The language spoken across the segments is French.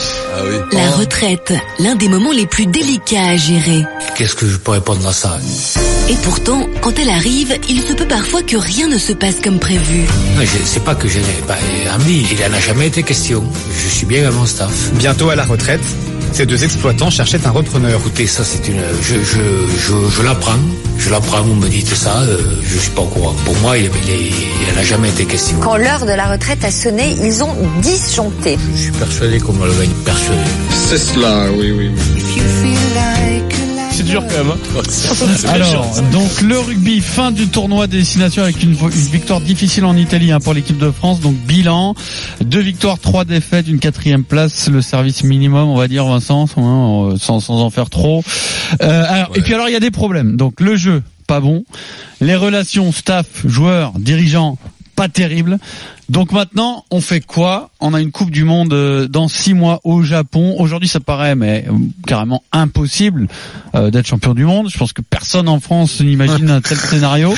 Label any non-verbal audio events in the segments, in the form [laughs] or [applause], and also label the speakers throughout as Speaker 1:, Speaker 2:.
Speaker 1: Ah
Speaker 2: La
Speaker 3: Oh,
Speaker 2: retraite, l'un des moments les plus délicats à gérer.
Speaker 3: Qu'est-ce que je peux répondre à ça
Speaker 2: Et pourtant, quand elle arrive, il se peut parfois que rien ne se passe comme prévu.
Speaker 3: Non, je- C'est pas que je n'ai pas envie, il en a jamais été question. Je suis bien à mon staff.
Speaker 1: Bientôt à la retraite, ces deux exploitants cherchaient un repreneur.
Speaker 3: Écoutez, ça c'est une... Je, je, je, je l'apprends, je l'apprends, vous me dites ça, euh, je suis pas au courant. Pour moi, il n'en a jamais été question.
Speaker 4: Quand l'heure de la retraite a sonné, ils ont disjoncté.
Speaker 3: Je suis persuadé qu'on me le gagne, persuadé.
Speaker 5: C'est cela, oui, oui.
Speaker 6: C'est dur quand même. hein.
Speaker 7: Alors, donc le rugby, fin du tournoi destination avec une, vo- une victoire difficile en Italie hein, pour l'équipe de France. Donc bilan, deux victoires, trois défaites, une quatrième place, le service minimum, on va dire Vincent, hein, sans, sans en faire trop. Euh, alors, Et puis alors il y a des problèmes. Donc le jeu, pas bon. Les relations staff, joueurs, dirigeants, pas terrible. Donc maintenant, on fait quoi On a une Coupe du Monde euh, dans six mois au Japon. Aujourd'hui, ça paraît mais euh, carrément impossible euh, d'être champion du monde. Je pense que personne en France n'imagine un tel scénario.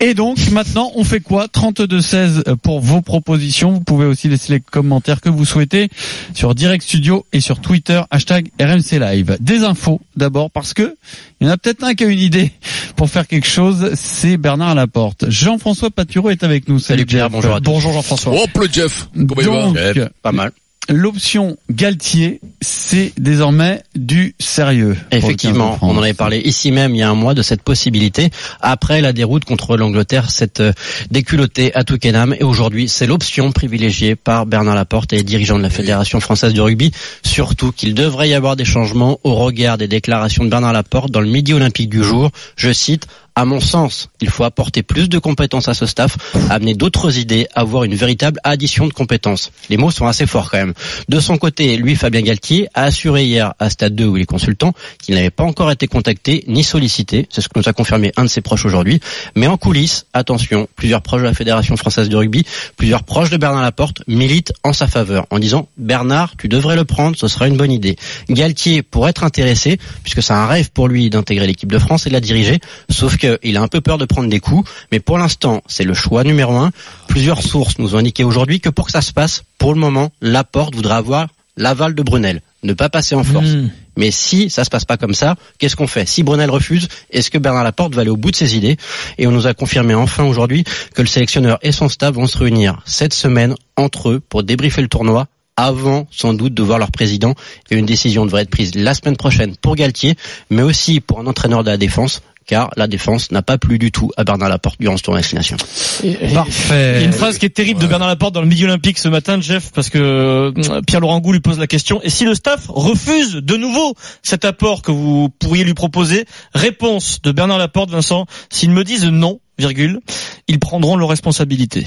Speaker 7: Et donc maintenant, on fait quoi 32-16 pour vos propositions. Vous pouvez aussi laisser les commentaires que vous souhaitez sur Direct Studio et sur Twitter, hashtag RMC Live. Des infos d'abord, parce que il y en a peut-être un qui a une idée pour faire quelque chose, c'est Bernard Laporte. Jean-François Patureau est avec nous. Salut, Pierre, bonjour
Speaker 6: Bonjour Jean-François.
Speaker 5: Hop Oh, le Jeff, comment il va
Speaker 7: Donc,
Speaker 6: Pas mal.
Speaker 7: l'option Galtier, c'est désormais du sérieux. pour le 15 de
Speaker 8: Effectivement,
Speaker 7: France.
Speaker 8: on en avait parlé ici même il y a un mois de cette possibilité. Après la déroute contre l'Angleterre, cette euh, déculottée à Twickenham. Et aujourd'hui, c'est l'option privilégiée par Bernard Laporte et les dirigeants de la Fédération française de rugby. Surtout qu'il devrait y avoir des changements au regard des déclarations de Bernard Laporte dans le Midi Olympique du jour. Je cite. À mon sens, il faut apporter plus de compétences à ce staff, amener d'autres idées, avoir une véritable addition de compétences. Les mots sont assez forts quand même. De son côté, lui, Fabien Galtier, a assuré hier à Stade 2 où il est consultant qu'il n'avait pas encore été contacté ni sollicité. C'est ce que nous a confirmé un de ses proches aujourd'hui. Mais en coulisses, attention, plusieurs proches de la Fédération française de rugby, plusieurs proches de Bernard Laporte militent en sa faveur en disant Bernard, tu devrais le prendre, ce sera une bonne idée. Galtier pourrait être intéressé puisque c'est un rêve pour lui d'intégrer l'équipe de France et de la diriger. Sauf qu'il a un peu peur de prendre des coups. Mais pour l'instant, c'est le choix numéro un. Plusieurs sources nous ont indiqué aujourd'hui que pour que ça se passe, pour le moment, Laporte voudra avoir l'aval de Brunel, ne pas passer en force. Mais si ça se passe pas comme ça, qu'est-ce qu'on fait Si Brunel refuse, est-ce que Bernard Laporte va aller au bout de ses idées Et on nous a confirmé enfin aujourd'hui que le sélectionneur et son staff vont se réunir cette semaine entre eux pour débriefer le tournoi avant sans doute de voir leur président et une décision devrait être prise la semaine prochaine pour Galtier mais aussi pour un entraîneur de la défense car la défense n'a pas plu du tout à Bernard Laporte durant ce tournoi de destination.
Speaker 6: Il y a
Speaker 7: Parfait.
Speaker 6: une phrase qui est terrible de Bernard Laporte dans le Midi Olympique ce matin, Jeff, parce que euh, Pierre Laurent Gou lui pose la question. Et si le staff refuse de nouveau cet apport que vous pourriez lui proposer, réponse de Bernard Laporte, Vincent, s'ils me disent non, virgule, ils prendront leurs responsabilités.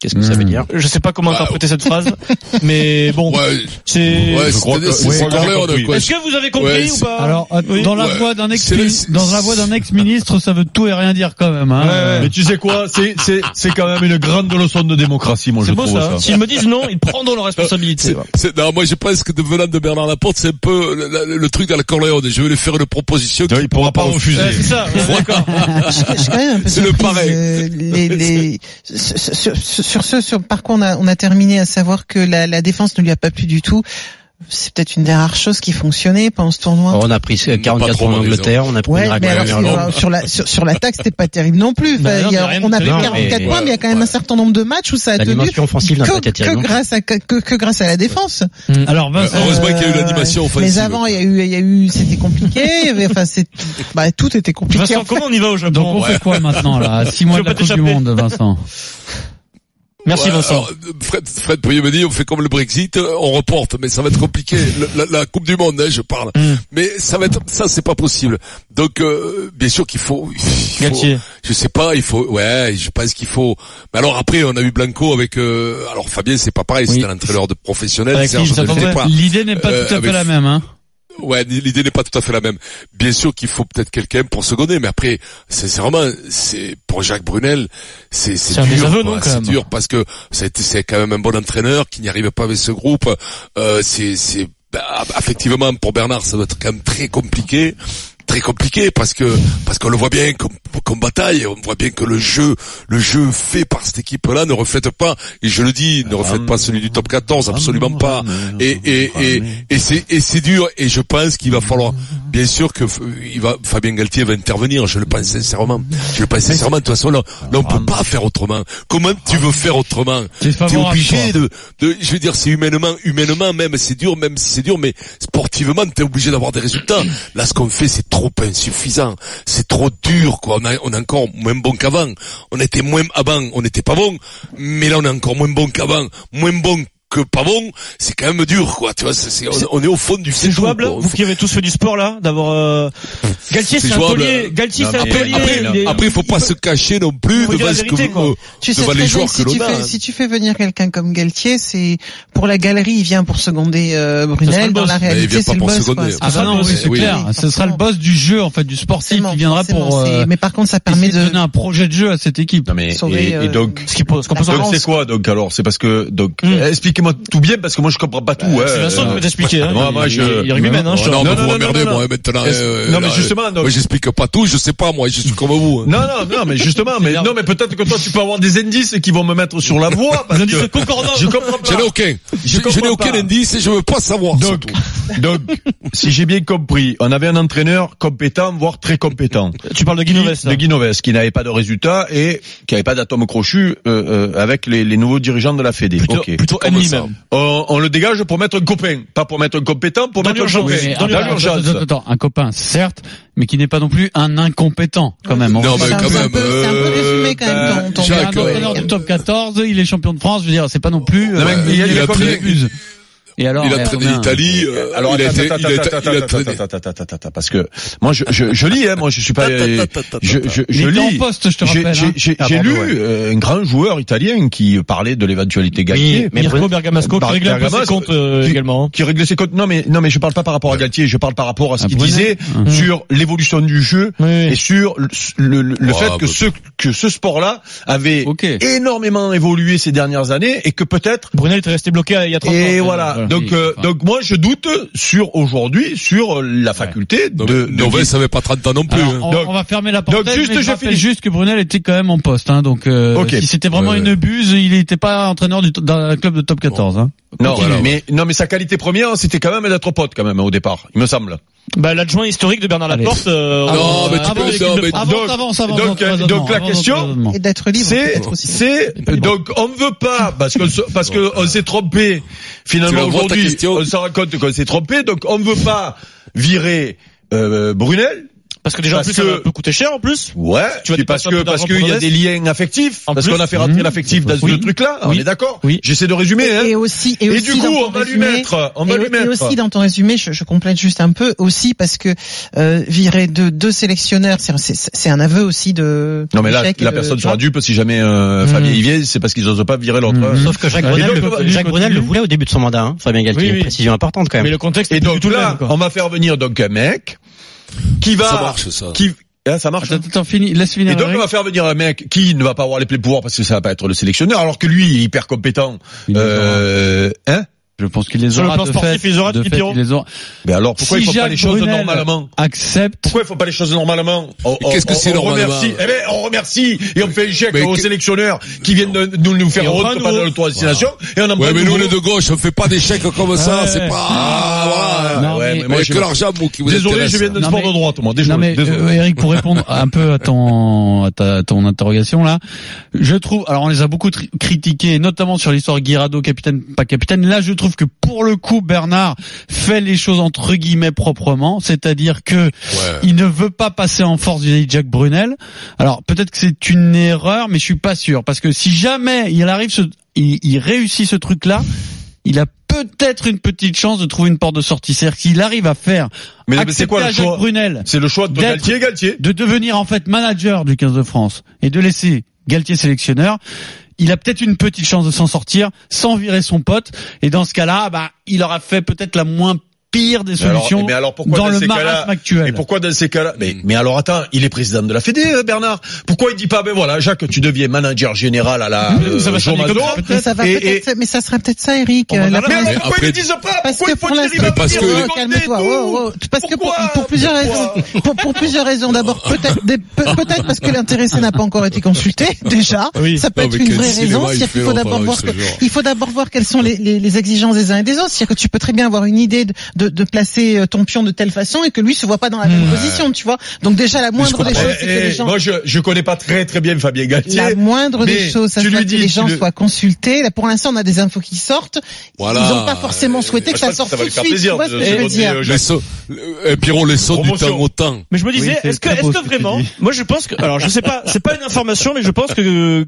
Speaker 8: Qu'est-ce que ça veut dire
Speaker 6: Je sais pas comment
Speaker 5: Bah,
Speaker 6: interpréter cette phrase, mais bon,
Speaker 5: Ouais,
Speaker 6: c'est.
Speaker 5: ouais,
Speaker 9: crois que-
Speaker 5: c'est-à-dire, c'est
Speaker 9: ouais,
Speaker 5: c'est
Speaker 9: on l'a
Speaker 5: clair,
Speaker 9: compris.
Speaker 5: quoi.
Speaker 6: Est-ce que vous avez compris
Speaker 5: Ouais,
Speaker 6: ou
Speaker 5: c'est-
Speaker 6: pas
Speaker 7: Alors, euh,
Speaker 6: Oui.
Speaker 7: dans la
Speaker 5: Ouais.
Speaker 7: voix d'un
Speaker 5: C'est
Speaker 7: ex
Speaker 5: le-
Speaker 7: dans la voix d'un ex-ministre, ça veut tout et rien dire quand même. Hein.
Speaker 6: Ouais, ouais.
Speaker 9: Mais tu sais quoi, c'est c'est c'est quand même une grande leçon de démocratie, moi je
Speaker 6: C'est beau
Speaker 9: trouve
Speaker 6: ça. hein.
Speaker 9: ça.
Speaker 6: S'ils me disent non, ils prendront leurs responsabilités.
Speaker 5: C'est- c'est- non, moi, je pense que de venant de Bernard Laporte, c'est un peu le, le- le truc dans la Corleone. Je vais lui faire une proposition.
Speaker 9: Il pourra pas
Speaker 6: Ouais, Euh, c'est
Speaker 9: refuser.
Speaker 6: ça, ouais, d'accord.
Speaker 10: Je- je suis quand même un peu
Speaker 5: C'est le
Speaker 10: surprise,
Speaker 5: pareil.
Speaker 10: euh,
Speaker 5: [laughs]
Speaker 10: les- les- sur, sur- sur ce sur par quoi on a, on a terminé à savoir que la, la défense ne lui a pas plu du tout. C'est peut-être une des rares choses qui fonctionnait pendant ce tournoi.
Speaker 8: On a pris
Speaker 5: On n'a pas
Speaker 8: 44
Speaker 5: trop
Speaker 8: points
Speaker 5: hein.
Speaker 8: en
Speaker 5: raison.
Speaker 8: Angleterre, on a pris
Speaker 10: Ouais,
Speaker 8: Oh, une
Speaker 10: mais
Speaker 8: raclée en
Speaker 10: alors sur,
Speaker 8: Irlande.
Speaker 10: sur la sur, sur l'attaque c'était pas terrible
Speaker 8: [laughs]
Speaker 10: non plus.
Speaker 6: Bah
Speaker 10: Enfin,
Speaker 6: non,
Speaker 10: il y a-
Speaker 6: mais rien
Speaker 10: on a
Speaker 6: de
Speaker 10: pris
Speaker 8: terrible.
Speaker 10: 44
Speaker 8: Non, mais-
Speaker 10: points, mais il y a quand même
Speaker 5: ouais.
Speaker 10: un certain nombre de matchs où ça a tenu
Speaker 8: L'animation offensive n'a pas
Speaker 10: que,
Speaker 8: été
Speaker 10: que
Speaker 8: terrible.
Speaker 10: grâce à que, que grâce à la défense.
Speaker 7: Alors
Speaker 5: Euh,
Speaker 7: Vincent,
Speaker 5: heureusement qu'il y a eu l'animation
Speaker 10: Euh, Mais
Speaker 5: offensive.
Speaker 10: avant il y a eu il y a eu c'était compliqué. il y avait- enfin c'est bah, tout était compliqué.
Speaker 6: Vincent,
Speaker 10: en fait.
Speaker 6: comment on y va au Japon
Speaker 7: donc on fait quoi maintenant là à Six mois
Speaker 6: Je
Speaker 7: de la
Speaker 6: veux pas
Speaker 7: Coupe du
Speaker 6: t'échapper.
Speaker 7: Monde, Vincent.
Speaker 6: Merci
Speaker 5: Ouais,
Speaker 6: Vincent.
Speaker 5: alors, euh, Fred, Fred Pouillet me dit, on fait comme le Brexit, euh, on reporte, mais ça va être
Speaker 9: [laughs]
Speaker 5: compliqué. Le- la, la Coupe du Monde, hein, je parle.
Speaker 10: Mm.
Speaker 5: Mais ça va être, ça c'est pas possible. Donc, euh, bien sûr qu'il faut, il faut-
Speaker 6: Galtier.
Speaker 5: je sais pas, il faut, ouais, je pense qu'il faut. Mais alors après, on a eu Blanco avec, euh, alors Fabien, c'est pas pareil, c'était un entraîneur de professionnel.
Speaker 6: Avec
Speaker 5: Serge
Speaker 6: qui il
Speaker 5: ne l'était
Speaker 6: s'attendait.
Speaker 5: pas.
Speaker 7: L'idée n'est pas
Speaker 5: Euh,
Speaker 7: tout à
Speaker 5: avec-
Speaker 7: fait la même. Hein.
Speaker 5: Ouais, l'idée n'est pas tout à fait la même. Bien sûr qu'il faut peut-être quelqu'un pour seconder, mais après, sincèrement, c'est pour Jacques Brunel, c'est c'est
Speaker 6: C'est un
Speaker 5: dur,
Speaker 6: désaveu,
Speaker 5: quoi.
Speaker 6: non, quand
Speaker 5: c'est
Speaker 6: même.
Speaker 5: dur parce que c'est c'est quand même un bon entraîneur qui n'y arrive pas avec ce groupe. Euh, c'est c'est bah, effectivement pour Bernard, ça doit être quand même très compliqué, très compliqué parce que parce qu'on le voit bien qu'on comme bataille. On voit bien que le jeu, le jeu fait par cette équipe-là ne reflète pas, et je le dis,
Speaker 6: Ah,
Speaker 5: ne reflète pas celui du top 14, absolument pas. Et, et, et, et c'est, et c'est dur, et je pense qu'il va falloir, bien sûr que f- il va, Fabien Galtier va intervenir, je le pense sincèrement. Je le pense sincèrement, de toute façon, là, là on peut pas faire autrement. Comment tu veux faire autrement?
Speaker 7: T'es
Speaker 5: T'es
Speaker 7: favorable,
Speaker 5: obligé
Speaker 7: toi.
Speaker 5: de, de, je veux dire, c'est humainement, humainement même, c'est dur, même si c'est dur, mais sportivement, t'es obligé d'avoir des résultats. Là, ce qu'on fait, c'est trop insuffisant, c'est trop dur, quoi. On, a, on est encore moins bon qu'avant. On était moins avant, on n'était pas bon, mais là, on est encore moins bon qu'avant, moins bon que pas bon. C'est quand même dur, quoi. Tu vois, c'est, c'est- on, on est au fond du
Speaker 6: C'est jouable,
Speaker 5: quoi.
Speaker 6: vous qui avez tous fait du sport là, d'avoir euh... Galtier
Speaker 5: C'est
Speaker 6: c'est un
Speaker 5: jouable.
Speaker 6: taulier, Galtier c'est un
Speaker 5: Après,
Speaker 6: taulier.
Speaker 5: après,
Speaker 6: il est-
Speaker 5: après, il faut pas se cacher non plus
Speaker 6: Faut dire
Speaker 5: devant
Speaker 6: la
Speaker 5: ce
Speaker 6: vérité,
Speaker 5: que
Speaker 6: quoi.
Speaker 5: euh,
Speaker 10: Tu sais
Speaker 5: devant
Speaker 10: très
Speaker 5: les
Speaker 10: bien
Speaker 5: joueurs
Speaker 10: que
Speaker 5: que
Speaker 10: si,
Speaker 5: l'on
Speaker 10: tu
Speaker 5: a.
Speaker 10: fais, si tu fais venir quelqu'un comme Galtier, c'est pour la galerie, il vient pour seconder euh,
Speaker 6: sera le
Speaker 10: Brunel. Dans
Speaker 6: boss.
Speaker 10: la
Speaker 6: Mais
Speaker 5: il vient
Speaker 10: réalité,
Speaker 5: pas
Speaker 10: c'est le
Speaker 5: pour
Speaker 10: boss.
Speaker 5: seconder.
Speaker 10: quoi.
Speaker 6: Ah
Speaker 7: Ah
Speaker 6: bah
Speaker 7: bah non, oui, c'est
Speaker 5: oui.
Speaker 7: clair.
Speaker 10: Oui,
Speaker 7: Ce sera le
Speaker 10: forcément.
Speaker 7: boss du jeu, en fait, du sportif
Speaker 10: Forcément,
Speaker 7: qui viendra
Speaker 10: forcément,
Speaker 7: pour
Speaker 10: c'est-
Speaker 7: euh,
Speaker 10: Mais par contre, ça permet
Speaker 7: essayer de
Speaker 10: de
Speaker 7: donner un projet de jeu à cette équipe.
Speaker 9: Non mais
Speaker 10: sauver.
Speaker 9: et, et
Speaker 10: euh,
Speaker 9: donc.
Speaker 6: Ce qui peut- ce qu'on peut
Speaker 10: la
Speaker 6: savoir.
Speaker 9: Donc
Speaker 10: France.
Speaker 9: c'est quoi donc alors c'est parce que donc
Speaker 6: Hmm.
Speaker 9: expliquez-moi tout bien parce que moi je comprends pas tout. hein.
Speaker 6: C'est Vincent qui
Speaker 9: Euh,
Speaker 6: peut t'expliquer. Hein.
Speaker 9: moi, moi,
Speaker 6: Il-
Speaker 9: je-
Speaker 6: il- Il est rugbyman, hein.
Speaker 5: Ah
Speaker 6: je te-
Speaker 5: non, mais
Speaker 9: Non,
Speaker 5: vous
Speaker 9: non, non,
Speaker 5: m'emmerdez,
Speaker 9: non,
Speaker 5: moi,
Speaker 9: non.
Speaker 5: maintenant.
Speaker 9: Est-ce-
Speaker 5: euh,
Speaker 9: non mais
Speaker 5: là,
Speaker 9: justement donc,
Speaker 5: Moi, j'explique pas tout, je sais pas, moi, je suis comme vous. hein.
Speaker 9: Non, non, non, mais [laughs] justement, mais non, mais peut-être que toi, tu peux avoir des indices qui vont me mettre sur la [laughs] voie. Parce
Speaker 6: Ils ont dit
Speaker 9: que
Speaker 6: ce concordant.
Speaker 9: je comprends
Speaker 5: J'en ai
Speaker 9: pas.
Speaker 5: aucun.
Speaker 9: Je
Speaker 5: Je, je n'ai
Speaker 9: comprends
Speaker 5: aucun
Speaker 9: pas.
Speaker 5: indice et je veux pas savoir.
Speaker 9: Donc,
Speaker 7: [laughs]
Speaker 5: surtout.
Speaker 9: donc, si j'ai bien compris, on avait un entraîneur compétent, voire très compétent,
Speaker 6: Tu parles de
Speaker 9: qui-
Speaker 6: Guinoves.
Speaker 7: hein.
Speaker 9: de Guinoves, qui n'avait pas de résultats et qui n'avait pas d'atome crochu euh, euh, avec les, les nouveaux dirigeants de la Fédé.
Speaker 6: Plutôt,
Speaker 9: Ok.
Speaker 6: plutôt
Speaker 5: Comment
Speaker 6: ennemi
Speaker 5: ça
Speaker 6: même.
Speaker 9: On, on le dégage pour mettre un copain, pas pour mettre un compétent, pour
Speaker 6: Dans
Speaker 9: mettre un
Speaker 6: l'urgence,
Speaker 9: copain.
Speaker 6: oui, mais
Speaker 9: Dans
Speaker 6: dans
Speaker 9: l'urgence.
Speaker 7: Attends, attends, attends, un copain, certes, mais qui n'est pas non plus un incompétent, quand même. On
Speaker 5: Non,
Speaker 7: va-
Speaker 5: mais
Speaker 10: C'est un
Speaker 5: quand même,
Speaker 10: peu- C'est un peu
Speaker 9: euh,
Speaker 10: résumé quand même ton- ton.
Speaker 7: C'est un
Speaker 5: Jacques, euh,
Speaker 7: entraîneur
Speaker 5: ouais.
Speaker 7: du top 14, il est champion de France, je veux dire, c'est pas non plus...
Speaker 9: Non, mais
Speaker 7: euh,
Speaker 9: il y a- il y a
Speaker 7: comme
Speaker 9: combien-
Speaker 7: excuse. Et alors,
Speaker 5: Il a
Speaker 7: euh,
Speaker 5: traîné
Speaker 7: on a un-
Speaker 5: l'Italie, euh,
Speaker 9: Alors
Speaker 5: il a
Speaker 9: attends,
Speaker 5: été- il a été-
Speaker 9: attends,
Speaker 5: il a
Speaker 9: attends,
Speaker 5: traîné.
Speaker 9: attends, attends, attends, attends, parce que moi je je, je lis, hein, moi je suis pas, euh, je je,
Speaker 7: Il
Speaker 9: je
Speaker 7: était
Speaker 9: lis.
Speaker 7: en poste, je te
Speaker 9: J'ai
Speaker 7: rappelle.
Speaker 9: j'ai-
Speaker 7: hein.
Speaker 9: j'ai-
Speaker 7: Ah,
Speaker 9: j'ai
Speaker 7: pardon,
Speaker 9: lu
Speaker 7: ouais.
Speaker 9: euh, un grand joueur italien qui parlait de l'éventualité Galtier.
Speaker 8: mais
Speaker 6: Mirko
Speaker 8: Bruno-
Speaker 6: Bergamasco qui
Speaker 9: Bar-
Speaker 6: règle un peu ses
Speaker 9: Bergamasco,
Speaker 6: comptes euh,
Speaker 9: qui-
Speaker 6: également. hein.
Speaker 9: qui réglait ses comptes. Non mais non mais je parle pas par rapport à Galtier, je parle par rapport à ce
Speaker 7: Ah,
Speaker 9: qu'il
Speaker 7: Brunel.
Speaker 9: disait
Speaker 7: Mmh.
Speaker 9: sur l'évolution du jeu
Speaker 6: Oui,
Speaker 9: et
Speaker 6: oui.
Speaker 9: sur le le, le- le
Speaker 5: Oh,
Speaker 9: fait que
Speaker 5: bah.
Speaker 9: ce que ce sport-là avait
Speaker 7: Ok.
Speaker 9: énormément évolué ces dernières années et que peut-être
Speaker 6: Brunel était resté bloqué à- il y a 30 ans.
Speaker 9: et voilà.
Speaker 7: voilà.
Speaker 9: Donc
Speaker 7: Ah, Oui,
Speaker 9: euh,
Speaker 7: enfin.
Speaker 9: donc moi je doute sur aujourd'hui sur la faculté
Speaker 5: Non,
Speaker 9: de,
Speaker 5: mais Noves,
Speaker 9: de-
Speaker 5: ça avait pas 30 ans non plus.
Speaker 7: Alors,
Speaker 5: hein.
Speaker 7: on,
Speaker 9: Donc-
Speaker 7: on va fermer la
Speaker 9: donc
Speaker 7: parenthèse.
Speaker 9: juste,
Speaker 7: mais je,
Speaker 9: je
Speaker 7: rappelle
Speaker 9: finis.
Speaker 7: juste que Brunel était quand même en poste, hein, donc euh,
Speaker 9: Ok.
Speaker 7: si c'était vraiment
Speaker 5: Ouais,
Speaker 7: une
Speaker 5: ouais.
Speaker 7: buse, il était pas entraîneur du, d'un club de top 14. Hein.
Speaker 9: Non,
Speaker 5: Voilà, ouais.
Speaker 9: mais non mais sa qualité première c'était quand même d'être pote quand même au départ, il me semble.
Speaker 6: Bah, l'adjoint historique de Bernard
Speaker 7: Allez.
Speaker 6: Laporte. euh,
Speaker 5: Non,
Speaker 6: avant-
Speaker 5: mais tu
Speaker 6: avant
Speaker 5: peux-
Speaker 6: l'équipe
Speaker 5: non,
Speaker 6: de
Speaker 5: mais-
Speaker 6: France.
Speaker 7: Avance,
Speaker 9: donc,
Speaker 7: avance, avance.
Speaker 9: donc,
Speaker 7: notre
Speaker 9: euh,
Speaker 7: raisonnement,
Speaker 9: donc la
Speaker 7: avance notre
Speaker 9: question,
Speaker 7: raisonnement.
Speaker 10: Et d'être libre.
Speaker 9: C'est,
Speaker 10: peut-être aussi.
Speaker 9: c'est, donc, on ne veut pas, parce qu'on se- parce que on s'est trompé,
Speaker 5: Tu
Speaker 9: finalement,
Speaker 5: la vois, ta
Speaker 9: aujourd'hui,
Speaker 5: question
Speaker 9: on se rend compte qu'on s'est trompé, donc on ne veut pas virer, euh, Brunel.
Speaker 6: Parce que déjà, en
Speaker 9: Parce
Speaker 6: plus, ça
Speaker 9: que-
Speaker 6: va- peut coûter cher, en plus.
Speaker 9: Ouais.
Speaker 6: Tu vas
Speaker 9: puis parce
Speaker 6: dépenser un
Speaker 9: que,
Speaker 6: peu
Speaker 9: parce
Speaker 6: d'argent
Speaker 9: qu'il y
Speaker 6: pour
Speaker 9: a
Speaker 6: le
Speaker 9: des liens affectifs.
Speaker 6: En
Speaker 9: Parce
Speaker 6: plus.
Speaker 9: qu'on a fait rentrer
Speaker 7: Mmh.
Speaker 9: l'affectif dans ce
Speaker 7: Oui.
Speaker 9: truc-là. On
Speaker 7: Oui.
Speaker 9: est d'accord?
Speaker 7: Oui.
Speaker 9: J'essaie de résumer, hein.
Speaker 10: Et aussi, et,
Speaker 9: Et
Speaker 10: aussi
Speaker 9: du coup,
Speaker 10: dans ton
Speaker 9: on va lui
Speaker 10: résumé-
Speaker 9: mettre, on va
Speaker 10: et,
Speaker 9: lui
Speaker 10: et
Speaker 9: mettre.
Speaker 10: aussi dans ton résumé, je, je complète juste un peu aussi parce que euh, virer deux deux sélectionneurs, c'est- c'est c'est un aveu aussi de.
Speaker 9: Non, mais là,
Speaker 10: d'échec et
Speaker 9: la
Speaker 10: de-
Speaker 9: personne
Speaker 10: tu
Speaker 9: sera
Speaker 10: vois.
Speaker 9: dupe si jamais, euh, Fabien y vient, c'est parce qu'ils osent pas virer l'autre.
Speaker 7: Mmh.
Speaker 8: Sauf que Jacques
Speaker 7: Allez,
Speaker 8: Brunel,
Speaker 7: donc,
Speaker 8: le-
Speaker 7: continue,
Speaker 8: Ah, Jacques Brunel le
Speaker 7: continue.
Speaker 8: voulait au début de son mandat, hein, Fabien Galtier.
Speaker 6: Oui, oui.
Speaker 8: Une précision importante quand même.
Speaker 6: Mais le contexte
Speaker 9: Et
Speaker 6: est plus du
Speaker 9: donc
Speaker 6: tout le même,
Speaker 9: là,
Speaker 6: quoi.
Speaker 9: on va faire venir donc un mec, qui va,
Speaker 5: Ça marche, ça.
Speaker 9: qui, Ah, ça marche.
Speaker 7: Attends, attends, fini, laisse finir.
Speaker 9: Et donc on
Speaker 7: Eric.
Speaker 9: va faire venir un mec qui ne va pas avoir les pleins pouvoirs parce que ça va pas être le sélectionneur, alors que lui il est hyper compétent.
Speaker 7: Il les aura.
Speaker 9: Euh, hein
Speaker 7: Je pense qu'il les
Speaker 6: Sur le
Speaker 7: aura.
Speaker 6: plan
Speaker 7: de
Speaker 6: sportif,
Speaker 7: fait,
Speaker 6: ils auront
Speaker 7: de
Speaker 6: Petit
Speaker 7: fait,
Speaker 6: Pierrot.
Speaker 7: il les aura.
Speaker 9: Mais alors pourquoi
Speaker 7: Si
Speaker 9: ils font pas
Speaker 7: Jacques
Speaker 9: les choses
Speaker 7: Brunel
Speaker 9: normalement
Speaker 7: Accepte.
Speaker 9: pourquoi ils font pas les choses normalement On-
Speaker 5: Et qu'est-ce que
Speaker 9: on-
Speaker 5: c'est
Speaker 9: on
Speaker 5: normalement
Speaker 9: remercie, eh ben, on remercie et on fait un chèque
Speaker 5: Mais
Speaker 9: aux
Speaker 5: que-
Speaker 9: sélectionneurs qui viennent de, nous, nous
Speaker 6: Et
Speaker 9: faire
Speaker 6: on prend
Speaker 9: retour
Speaker 6: un
Speaker 9: pendant
Speaker 6: nouveau.
Speaker 9: l'autorisation et on en prend
Speaker 5: Ouais, mais
Speaker 9: un
Speaker 5: nous,
Speaker 9: nouveau.
Speaker 5: les de gauche, on fait pas des chèques comme ça,
Speaker 7: Ouais.
Speaker 5: c'est pas,
Speaker 9: Ah,
Speaker 5: ah,
Speaker 7: Non,
Speaker 9: ouais,
Speaker 7: mais-
Speaker 9: mais
Speaker 5: voilà.
Speaker 9: moi,
Speaker 5: Mais
Speaker 9: je-
Speaker 5: que l'argent, vous, qui vous
Speaker 9: Désolé,
Speaker 5: intéresse.
Speaker 9: je viens de
Speaker 7: Non,
Speaker 9: sport
Speaker 7: mais-
Speaker 9: de droite, moi. Désolé.
Speaker 7: Non mais
Speaker 9: désolé.
Speaker 7: euh, Eric, pour
Speaker 9: [laughs]
Speaker 7: répondre un peu à ton à, ta- à ton interrogation là, je trouve. Alors on les a beaucoup tri- critiqués, notamment sur l'histoire Guirado, capitaine pas capitaine. Là, je trouve que pour le coup, Bernard fait les choses entre guillemets proprement, c'est-à-dire que
Speaker 9: Euh.
Speaker 5: Ouais.
Speaker 7: il ne veut pas passer en force vis-à-vis de Jacques Brunel. Alors peut-être que c'est une erreur, mais je suis pas sûr parce que si jamais il arrive, ce- il, il réussit ce truc-là, il a peut-être une petite chance de trouver une porte de sortie. C'est-à-dire qu'il arrive à faire
Speaker 9: Mais c'est
Speaker 7: accepter
Speaker 9: quoi le
Speaker 7: à Jacques
Speaker 9: choix
Speaker 7: Brunel
Speaker 9: C'est le choix de
Speaker 7: d'être-
Speaker 9: Galtier, Galtier.
Speaker 7: de devenir en fait manager du 15 de France et de laisser Galtier sélectionneur, il a peut-être une petite chance de s'en sortir sans virer son pote. Et dans ce cas-là, bah, il aura fait peut-être la moins pire des
Speaker 9: Mais alors-
Speaker 7: solutions
Speaker 9: mais alors pourquoi
Speaker 7: dans
Speaker 9: dans
Speaker 7: le
Speaker 9: ces cas-là-
Speaker 7: marasme actuel.
Speaker 9: Et pourquoi dans ces cas-là mais, mais alors attends, il est président de la Fédé, euh, Bernard. Pourquoi il dit pas ben voilà, Jacques, tu deviens manager général à la euh,
Speaker 7: Ça va
Speaker 9: Jean
Speaker 7: sonner comme
Speaker 9: Mazot.
Speaker 7: ça, peut-être.
Speaker 10: Mais ça va
Speaker 9: Et-
Speaker 10: peut-être, mais ça sera peut-être ça, Eric.
Speaker 6: On
Speaker 10: euh,
Speaker 6: en
Speaker 10: la
Speaker 6: a
Speaker 9: Mais
Speaker 10: première-
Speaker 9: alors, pourquoi
Speaker 5: après-
Speaker 9: ils disent pas
Speaker 10: Parce
Speaker 9: Pourquoi
Speaker 10: que
Speaker 9: il faut
Speaker 10: pour
Speaker 9: qu'il
Speaker 10: l'instant,
Speaker 9: arrive à
Speaker 5: parce
Speaker 9: dire,
Speaker 5: que-
Speaker 9: euh,
Speaker 10: Oh, calme-toi.
Speaker 9: Gordon et tout
Speaker 10: oh, oh. Parce que pour,
Speaker 9: Pourquoi Ah.
Speaker 10: pour plusieurs raisons. Pour, pour plusieurs raisons. D'abord, peut-être, des- pe- peut-être parce que l'intéressé n'a pas encore
Speaker 9: [laughs]
Speaker 10: été consulté. Déjà,
Speaker 6: Oui.
Speaker 10: ça peut
Speaker 5: Non,
Speaker 10: être
Speaker 5: mais
Speaker 10: une
Speaker 5: quel
Speaker 10: vraie
Speaker 5: cinéma
Speaker 10: raison.
Speaker 5: il
Speaker 10: C'est-à-dire
Speaker 5: fait
Speaker 10: qu'il faut
Speaker 5: l'enfer
Speaker 10: d'abord
Speaker 5: avec
Speaker 10: voir
Speaker 5: ce
Speaker 10: que-
Speaker 5: genre.
Speaker 10: il faut d'abord voir quelles sont les, les- les exigences des uns et des autres. C'est-à-dire que tu peux très bien avoir une idée de, de, de placer euh, ton pion de telle façon et que lui se voit pas dans la même position, tu vois. Donc déjà, la moindre des
Speaker 9: Eh,
Speaker 10: choses, c'est que les
Speaker 9: eh,
Speaker 10: gens
Speaker 9: Moi, je, je connais pas très très bien Fabien Galtier.
Speaker 10: la moindre des
Speaker 9: mais
Speaker 10: choses, ça
Speaker 9: tu lui
Speaker 10: soit que
Speaker 9: dis,
Speaker 10: les
Speaker 9: tu
Speaker 10: gens
Speaker 9: le-
Speaker 10: soient consultés. Là, pour l'instant, on a des infos qui sortent.
Speaker 5: Voilà.
Speaker 10: Ils n'ont pas forcément souhaité
Speaker 9: Eh, Je
Speaker 10: que ça
Speaker 9: pense
Speaker 10: sorte
Speaker 9: que ça va
Speaker 10: tout
Speaker 9: lui
Speaker 10: de
Speaker 9: faire
Speaker 10: suite.
Speaker 9: plaisir
Speaker 10: tu vois ce que
Speaker 9: de-
Speaker 10: je veux
Speaker 9: de-
Speaker 10: dire
Speaker 9: de-
Speaker 5: Laissons- euh, Pierrot, laissons du
Speaker 9: Promotion.
Speaker 5: temps au temps.
Speaker 6: Mais je me disais,
Speaker 7: Oui, c'est
Speaker 6: est-ce que,
Speaker 7: très
Speaker 6: est-ce
Speaker 7: beau
Speaker 6: que
Speaker 7: ce que tu
Speaker 6: vraiment,
Speaker 7: dis.
Speaker 6: moi je pense que, alors je sais pas, c'est pas une information, mais je pense que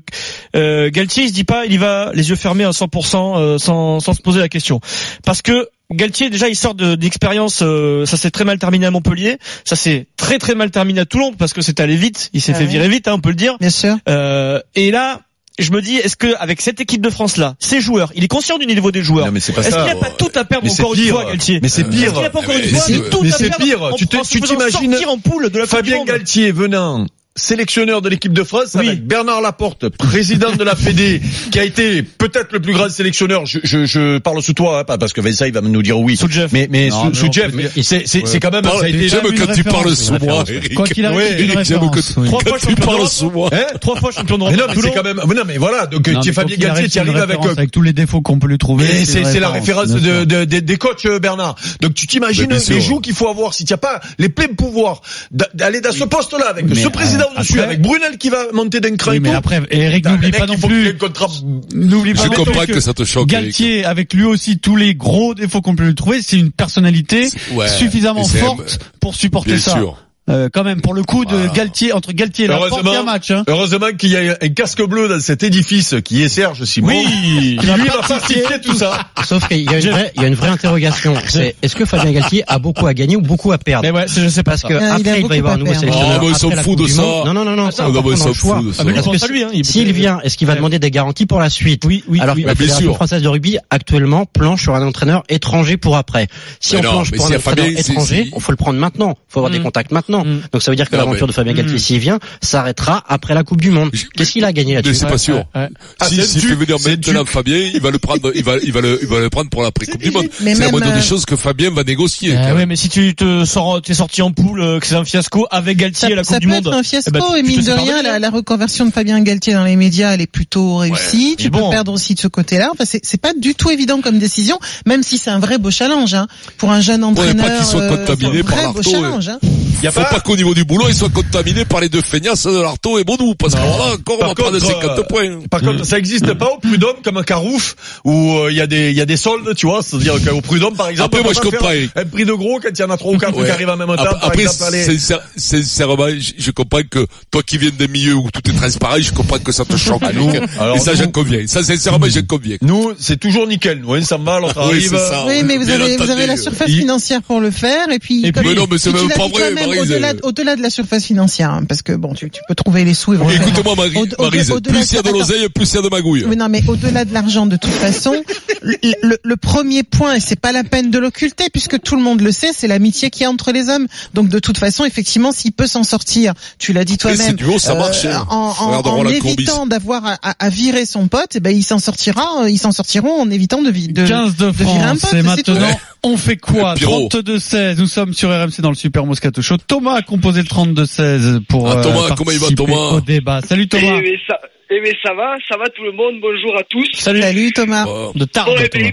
Speaker 6: euh, Galtier il se dit pas, il y va les yeux fermés à 100% euh, sans, sans se poser la question, parce que Galtier déjà il sort de- d'expérience, euh, ça s'est très mal terminé à Montpellier, ça s'est très très mal terminé à Toulon parce que c'est allé vite, il s'est
Speaker 10: Ah
Speaker 6: fait
Speaker 10: ouais.
Speaker 6: virer vite, hein, on peut le dire.
Speaker 10: Bien sûr.
Speaker 6: Euh, et là, je me dis, est-ce que avec cette équipe de France là, ces joueurs, il est conscient du niveau des joueurs.
Speaker 9: Non, mais c'est pas
Speaker 6: Est-ce qu'il
Speaker 9: ça.
Speaker 6: n'y a
Speaker 7: euh,
Speaker 6: pas tout à perdre
Speaker 9: Mais c'est
Speaker 6: encore une
Speaker 9: pire.
Speaker 6: fois, Galtier
Speaker 9: Mais c'est
Speaker 6: Est-ce qu'il n'y a
Speaker 9: pire.
Speaker 6: pas encore une
Speaker 5: Mais
Speaker 6: fois
Speaker 5: c'est-
Speaker 6: tout
Speaker 9: mais
Speaker 6: à
Speaker 9: c'est
Speaker 6: perdre
Speaker 9: pire.
Speaker 6: en-
Speaker 9: Tu te-
Speaker 6: en se
Speaker 9: tu
Speaker 6: faisant
Speaker 9: t'imagines
Speaker 6: sortir en poule de la Coupe du
Speaker 9: Fabien
Speaker 6: Monde
Speaker 9: Galtier venant sélectionneur de l'équipe de France
Speaker 6: Oui.
Speaker 9: avec Bernard Laporte, président de la Fédé, qui a été peut-être le plus grand sélectionneur. Je, je, je parle sous toi, hein, pas parce que Vincent il va nous dire oui.
Speaker 6: Sous Jeff.
Speaker 9: Mais mais
Speaker 7: Non,
Speaker 9: sous,
Speaker 7: mais
Speaker 9: sous
Speaker 7: on peut
Speaker 9: Jeff,
Speaker 7: dire-
Speaker 9: c'est c'est c'est quand même.
Speaker 5: Parle-
Speaker 9: ça a été-
Speaker 5: J'aime
Speaker 7: une
Speaker 5: quand tu
Speaker 7: référence,
Speaker 5: parles sous
Speaker 7: une
Speaker 5: moi,
Speaker 7: référence.
Speaker 5: Eric.
Speaker 7: Quoi qu'il arrive,
Speaker 9: Ouais,
Speaker 7: c'est une
Speaker 5: Eric, j'aime
Speaker 7: référence,
Speaker 5: que tu-
Speaker 7: oui.
Speaker 6: Trois
Speaker 5: Quand
Speaker 6: fois
Speaker 5: tu
Speaker 6: champion
Speaker 5: parles
Speaker 6: d'Europe.
Speaker 5: sous moi.
Speaker 9: Hein
Speaker 6: Trois fois champion d'Europe.
Speaker 9: mais non, mais
Speaker 6: Toulon.
Speaker 9: c'est quand même. mais non, mais voilà. Donc
Speaker 7: Non,
Speaker 9: tu es
Speaker 7: mais quoi
Speaker 9: Fabien
Speaker 7: qu'il arrive,
Speaker 9: Galtier,
Speaker 7: c'est
Speaker 9: tu
Speaker 7: une
Speaker 9: arrives avec.
Speaker 7: référence
Speaker 9: euh,
Speaker 7: avec tous les défauts qu'on peut lui trouver.
Speaker 9: Mais c'est c'est la référence
Speaker 7: bien sûr.
Speaker 9: de, de- des- des coachs, euh, Bernard. Donc tu t'imagines
Speaker 5: Mais bien sûr.
Speaker 9: les joues qu'il faut avoir si tu n'as pas les pleins pouvoirs d'a- d'aller dans ce poste-là avec
Speaker 7: Oui,
Speaker 9: ce
Speaker 7: mais,
Speaker 9: président
Speaker 7: euh,
Speaker 9: au-dessus,
Speaker 7: après-
Speaker 9: avec Brunel qui va monter d'un cran
Speaker 7: Oui,
Speaker 9: et
Speaker 7: mais
Speaker 9: tout.
Speaker 7: après, Eric,
Speaker 9: Putain, le
Speaker 7: n'oublie
Speaker 9: mec,
Speaker 7: pas non
Speaker 9: il faut qu'il ait
Speaker 7: plus.
Speaker 9: le contrat.
Speaker 7: N'oublie pas
Speaker 5: Je
Speaker 7: non plus
Speaker 5: comprends que ça te choque, Eric.
Speaker 7: Galtier, avec lui aussi tous les gros défauts qu'on peut lui trouver, c'est une personnalité
Speaker 5: Ouais.
Speaker 7: suffisamment
Speaker 5: Et c'est-
Speaker 7: forte pour supporter
Speaker 5: Bien
Speaker 7: ça.
Speaker 5: sûr. Ah,
Speaker 7: Euh, quand même, pour le coup de
Speaker 5: Voilà.
Speaker 7: Galtier, entre Galtier et Laporte, il y a un
Speaker 9: Heureusement.
Speaker 7: match. Hein.
Speaker 9: Heureusement qu'il y a un casque bleu dans cet édifice qui est Serge Simon.
Speaker 7: Oui.
Speaker 9: qui lui va faciliter tout ça.
Speaker 8: Sauf qu'il y a une
Speaker 6: Ah,
Speaker 8: vraie, il y a une vraie interrogation. C'est est-ce que Fabien Galtier a beaucoup à gagner ou beaucoup à perdre
Speaker 7: Mais ouais, c'est- je sais pas
Speaker 8: Parce
Speaker 7: ça.
Speaker 8: que
Speaker 10: Ah, il a
Speaker 8: après, il
Speaker 10: beaucoup
Speaker 8: va y avoir
Speaker 10: à
Speaker 8: un nouveau
Speaker 10: perdre.
Speaker 8: sélectionneur.
Speaker 5: Oh, mais ils
Speaker 8: après
Speaker 5: s'en
Speaker 8: la
Speaker 5: foutent
Speaker 8: Coupe
Speaker 5: de
Speaker 8: du
Speaker 5: ça.
Speaker 8: Monde. Non, non, non, non. c'est
Speaker 5: Ah, non,
Speaker 8: important
Speaker 5: mais
Speaker 8: dans le
Speaker 5: ça
Speaker 8: choix.
Speaker 5: fout de ça.
Speaker 6: Ah, mais
Speaker 8: Parce
Speaker 6: pense
Speaker 8: que
Speaker 6: à lui, hein, il-
Speaker 8: S'il vient, est-ce qu'il va demander des garanties pour la suite
Speaker 6: Oui, oui.
Speaker 8: Alors
Speaker 6: oui.
Speaker 8: que la
Speaker 5: Mais bien
Speaker 8: Fédération
Speaker 5: sûr.
Speaker 8: française de rugby actuellement planche sur un entraîneur étranger pour après. Si
Speaker 5: Mais
Speaker 8: on
Speaker 5: non,
Speaker 8: planche
Speaker 5: mais
Speaker 8: pour
Speaker 5: si
Speaker 8: un
Speaker 5: à
Speaker 8: entraîneur
Speaker 5: Fabien, c'est-
Speaker 8: étranger,
Speaker 5: c'est-
Speaker 8: il faut le prendre maintenant. Il faut avoir des
Speaker 6: Mm.
Speaker 8: contacts maintenant.
Speaker 6: Mm.
Speaker 8: Donc ça veut dire que
Speaker 5: Non,
Speaker 8: l'aventure
Speaker 5: mais-
Speaker 8: de Fabien
Speaker 6: Mm.
Speaker 8: Galtier, s'il vient, s'arrêtera après la Coupe du Monde.
Speaker 5: Je-
Speaker 8: Qu'est-ce qu'il a gagné
Speaker 5: Mais
Speaker 8: là-dessus
Speaker 5: c'est pas sûr.
Speaker 7: ouais.
Speaker 9: Ah,
Speaker 5: Si,
Speaker 9: c'est
Speaker 5: si
Speaker 9: le
Speaker 5: il fait
Speaker 9: duc,
Speaker 5: venir
Speaker 9: c'est le
Speaker 5: maintenant Fabien, il va le prendre, il va, il va le, il va le prendre pour la pré-coupe du monde.
Speaker 10: Mais
Speaker 5: C'est la
Speaker 10: même,
Speaker 5: moindre
Speaker 10: euh,
Speaker 5: des choses que Fabien va négocier.
Speaker 6: Ah
Speaker 5: quand
Speaker 6: ouais,
Speaker 5: même.
Speaker 6: mais si tu te sors, t'es sorti en poule, euh, que c'est un fiasco avec Galtier
Speaker 10: Ça,
Speaker 6: à la
Speaker 10: ça
Speaker 6: Coupe du
Speaker 10: peut
Speaker 6: Monde.
Speaker 10: être un fiasco
Speaker 6: eh ben, tu-
Speaker 10: et
Speaker 6: tu
Speaker 10: mine
Speaker 6: te
Speaker 10: de
Speaker 6: fais
Speaker 10: rien,
Speaker 6: pardonner.
Speaker 5: hein.
Speaker 10: la, la reconversion de Fabien Galtier dans les médias, elle est plutôt réussie.
Speaker 6: Mais
Speaker 10: tu peux
Speaker 6: bon.
Speaker 10: perdre aussi de ce côté-là. Enfin, c'est c'est pas du tout évident comme décision, même si c'est un vrai beau challenge hein. pour un jeune
Speaker 5: pas
Speaker 10: entraîneur.
Speaker 5: qu'il soit
Speaker 10: euh,
Speaker 5: contaminé
Speaker 10: c'est un
Speaker 5: par
Speaker 10: vrai
Speaker 5: l'arto,
Speaker 10: beau
Speaker 5: ouais.
Speaker 10: challenge. hein.
Speaker 5: Il
Speaker 9: Bah.
Speaker 5: faut pas, qu'au niveau du boulot, il soit contaminé par les deux feignasses de Larto et Baudou, parce que voilà, encore, on
Speaker 9: Par
Speaker 5: va prendre
Speaker 9: contre,
Speaker 5: 50
Speaker 9: euh,
Speaker 5: points.
Speaker 9: Par contre, ça n'existe pas au Prud'homme comme un Carouf où euh, il y a des il y a des soldes, tu vois, c'est-à-dire qu'au Prud'homme par exemple,
Speaker 5: Après, moi,
Speaker 9: on peut
Speaker 5: je
Speaker 9: pas
Speaker 5: comprends,
Speaker 9: faire
Speaker 5: Eric.
Speaker 9: un prix de gros quand il y en a trois ou quatre
Speaker 5: Ouais.
Speaker 9: qui arrivent en même temps.
Speaker 5: Après,
Speaker 9: par
Speaker 5: après,
Speaker 9: exemple, allez.
Speaker 5: sincère- sincèrement, je, je comprends que toi qui viens d'un milieu où tout est transparent, je comprends que ça te choque.
Speaker 9: Ah, nous,
Speaker 5: Eric.
Speaker 9: alors
Speaker 5: Et ça,
Speaker 9: nous-
Speaker 5: j'en conviens. Ça, sincèrement, j'en conviens.
Speaker 9: Nous, c'est toujours nickel. Nous, on s'en va, l'autre
Speaker 5: Oui,
Speaker 9: arrive.
Speaker 5: c'est ça.
Speaker 10: oui, mais vous
Speaker 5: Bien
Speaker 10: avez, vous avez la
Speaker 5: entendu.
Speaker 10: surface
Speaker 9: Il-
Speaker 10: financière pour le faire, et puis.
Speaker 7: Et
Speaker 10: comme-
Speaker 5: Mais non, mais c'est
Speaker 10: et tu
Speaker 5: même
Speaker 10: l'as
Speaker 5: pas
Speaker 10: dit
Speaker 5: vrai,
Speaker 10: toi-même,
Speaker 5: Maryse.
Speaker 10: Au-delà au-delà de la surface financière, hein, parce que bon, tu, tu peux trouver les sous et vraiment-
Speaker 5: Écoute-moi, Marie,
Speaker 10: Au- au-
Speaker 5: Maryse,
Speaker 10: au-delà
Speaker 5: plus il y a de
Speaker 10: attends.
Speaker 5: l'oseille, plus il y a de magouille.
Speaker 10: Mais non, mais au-delà de l'argent, de toute façon, le, le- le premier point, et c'est pas la peine de l'occulter, puisque tout le monde le sait, c'est l'amitié qu'il y a entre les hommes. Donc, de toute façon, effectivement, s'il peut s'en sortir, tu l'as dit
Speaker 5: Et si
Speaker 10: toi-même,
Speaker 5: tu veux, ça marche.
Speaker 10: euh,
Speaker 5: hein.
Speaker 10: en, en-
Speaker 5: Regarde
Speaker 10: en
Speaker 5: Roland Courbis.
Speaker 10: évitant d'avoir à, à- à virer son pote, eh ben, il s'en sortira, euh, ils s'en sortiront en évitant de, vi- de
Speaker 7: 15 de
Speaker 10: virer un
Speaker 7: France,
Speaker 10: pote,
Speaker 7: et
Speaker 10: c'est
Speaker 7: maintenant,
Speaker 5: tout.
Speaker 7: on fait quoi
Speaker 5: Pierrot.
Speaker 7: 32-16, nous sommes sur RMC dans le Super Moscato Show. Thomas a composé le 32-16 pour
Speaker 5: Ah,
Speaker 7: euh,
Speaker 5: Thomas,
Speaker 7: participer
Speaker 5: comment il va, Thomas
Speaker 7: au débat. Salut
Speaker 11: Eh
Speaker 7: Thomas.
Speaker 11: mais ça, eh mais ça va, ça va tout le monde, bonjour à tous.
Speaker 6: Salut.
Speaker 10: Salut Thomas.
Speaker 5: Bon.
Speaker 7: De Tarbes,
Speaker 11: Bon, eh
Speaker 7: Thomas.
Speaker 11: ben,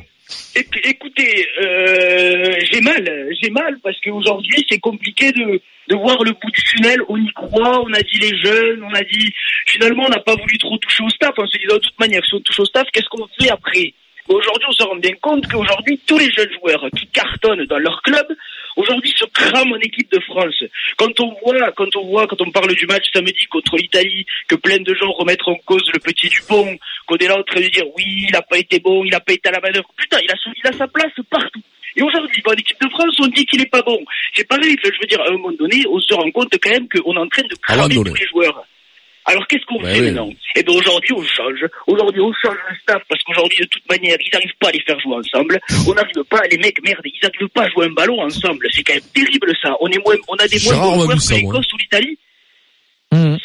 Speaker 11: éc- écoutez, euh, j'ai mal, j'ai mal parce qu'aujourd'hui c'est compliqué de, de voir le bout du tunnel. On y croit, on a dit les jeunes, on a dit finalement on n'a pas voulu trop toucher au staff. On se dit de toute manière si on touche au staff, qu'est-ce qu'on fait après Mais Aujourd'hui on se rend bien compte qu'aujourd'hui tous les jeunes joueurs qui cartonnent dans leur club aujourd'hui se crament en équipe de France. Quand on voit, quand on voit, quand on parle du match samedi contre l'Italie, que plein de gens remettent en cause le petit Dupont, qu'on est là en train de dire oui, il n'a pas été bon, il n'a pas été à la manœuvre. Putain, il a, son- il a sa place partout. Et aujourd'hui, en équipe de France, on dit qu'il n'est pas bon. C'est pareil, enfin, je veux dire, à un moment donné, on se rend compte quand même qu'on est en train de
Speaker 5: À un
Speaker 11: cramer
Speaker 5: moment
Speaker 11: tous
Speaker 5: donné.
Speaker 11: les joueurs. Alors qu'est-ce qu'on
Speaker 5: Ben
Speaker 11: fait
Speaker 5: oui.
Speaker 11: maintenant Eh bien aujourd'hui on change. Aujourd'hui on change le staff parce qu'aujourd'hui de toute manière ils n'arrivent pas à les faire jouer ensemble. On n'arrive pas, les mecs, merde, ils n'arrivent pas à jouer un ballon ensemble. C'est quand même terrible ça. On, est moins, on a des moins
Speaker 5: Gérard, on
Speaker 11: bons
Speaker 5: a vu
Speaker 11: joueurs
Speaker 5: ça,
Speaker 11: que
Speaker 5: moi.
Speaker 11: l'Écosse ou l'Italie.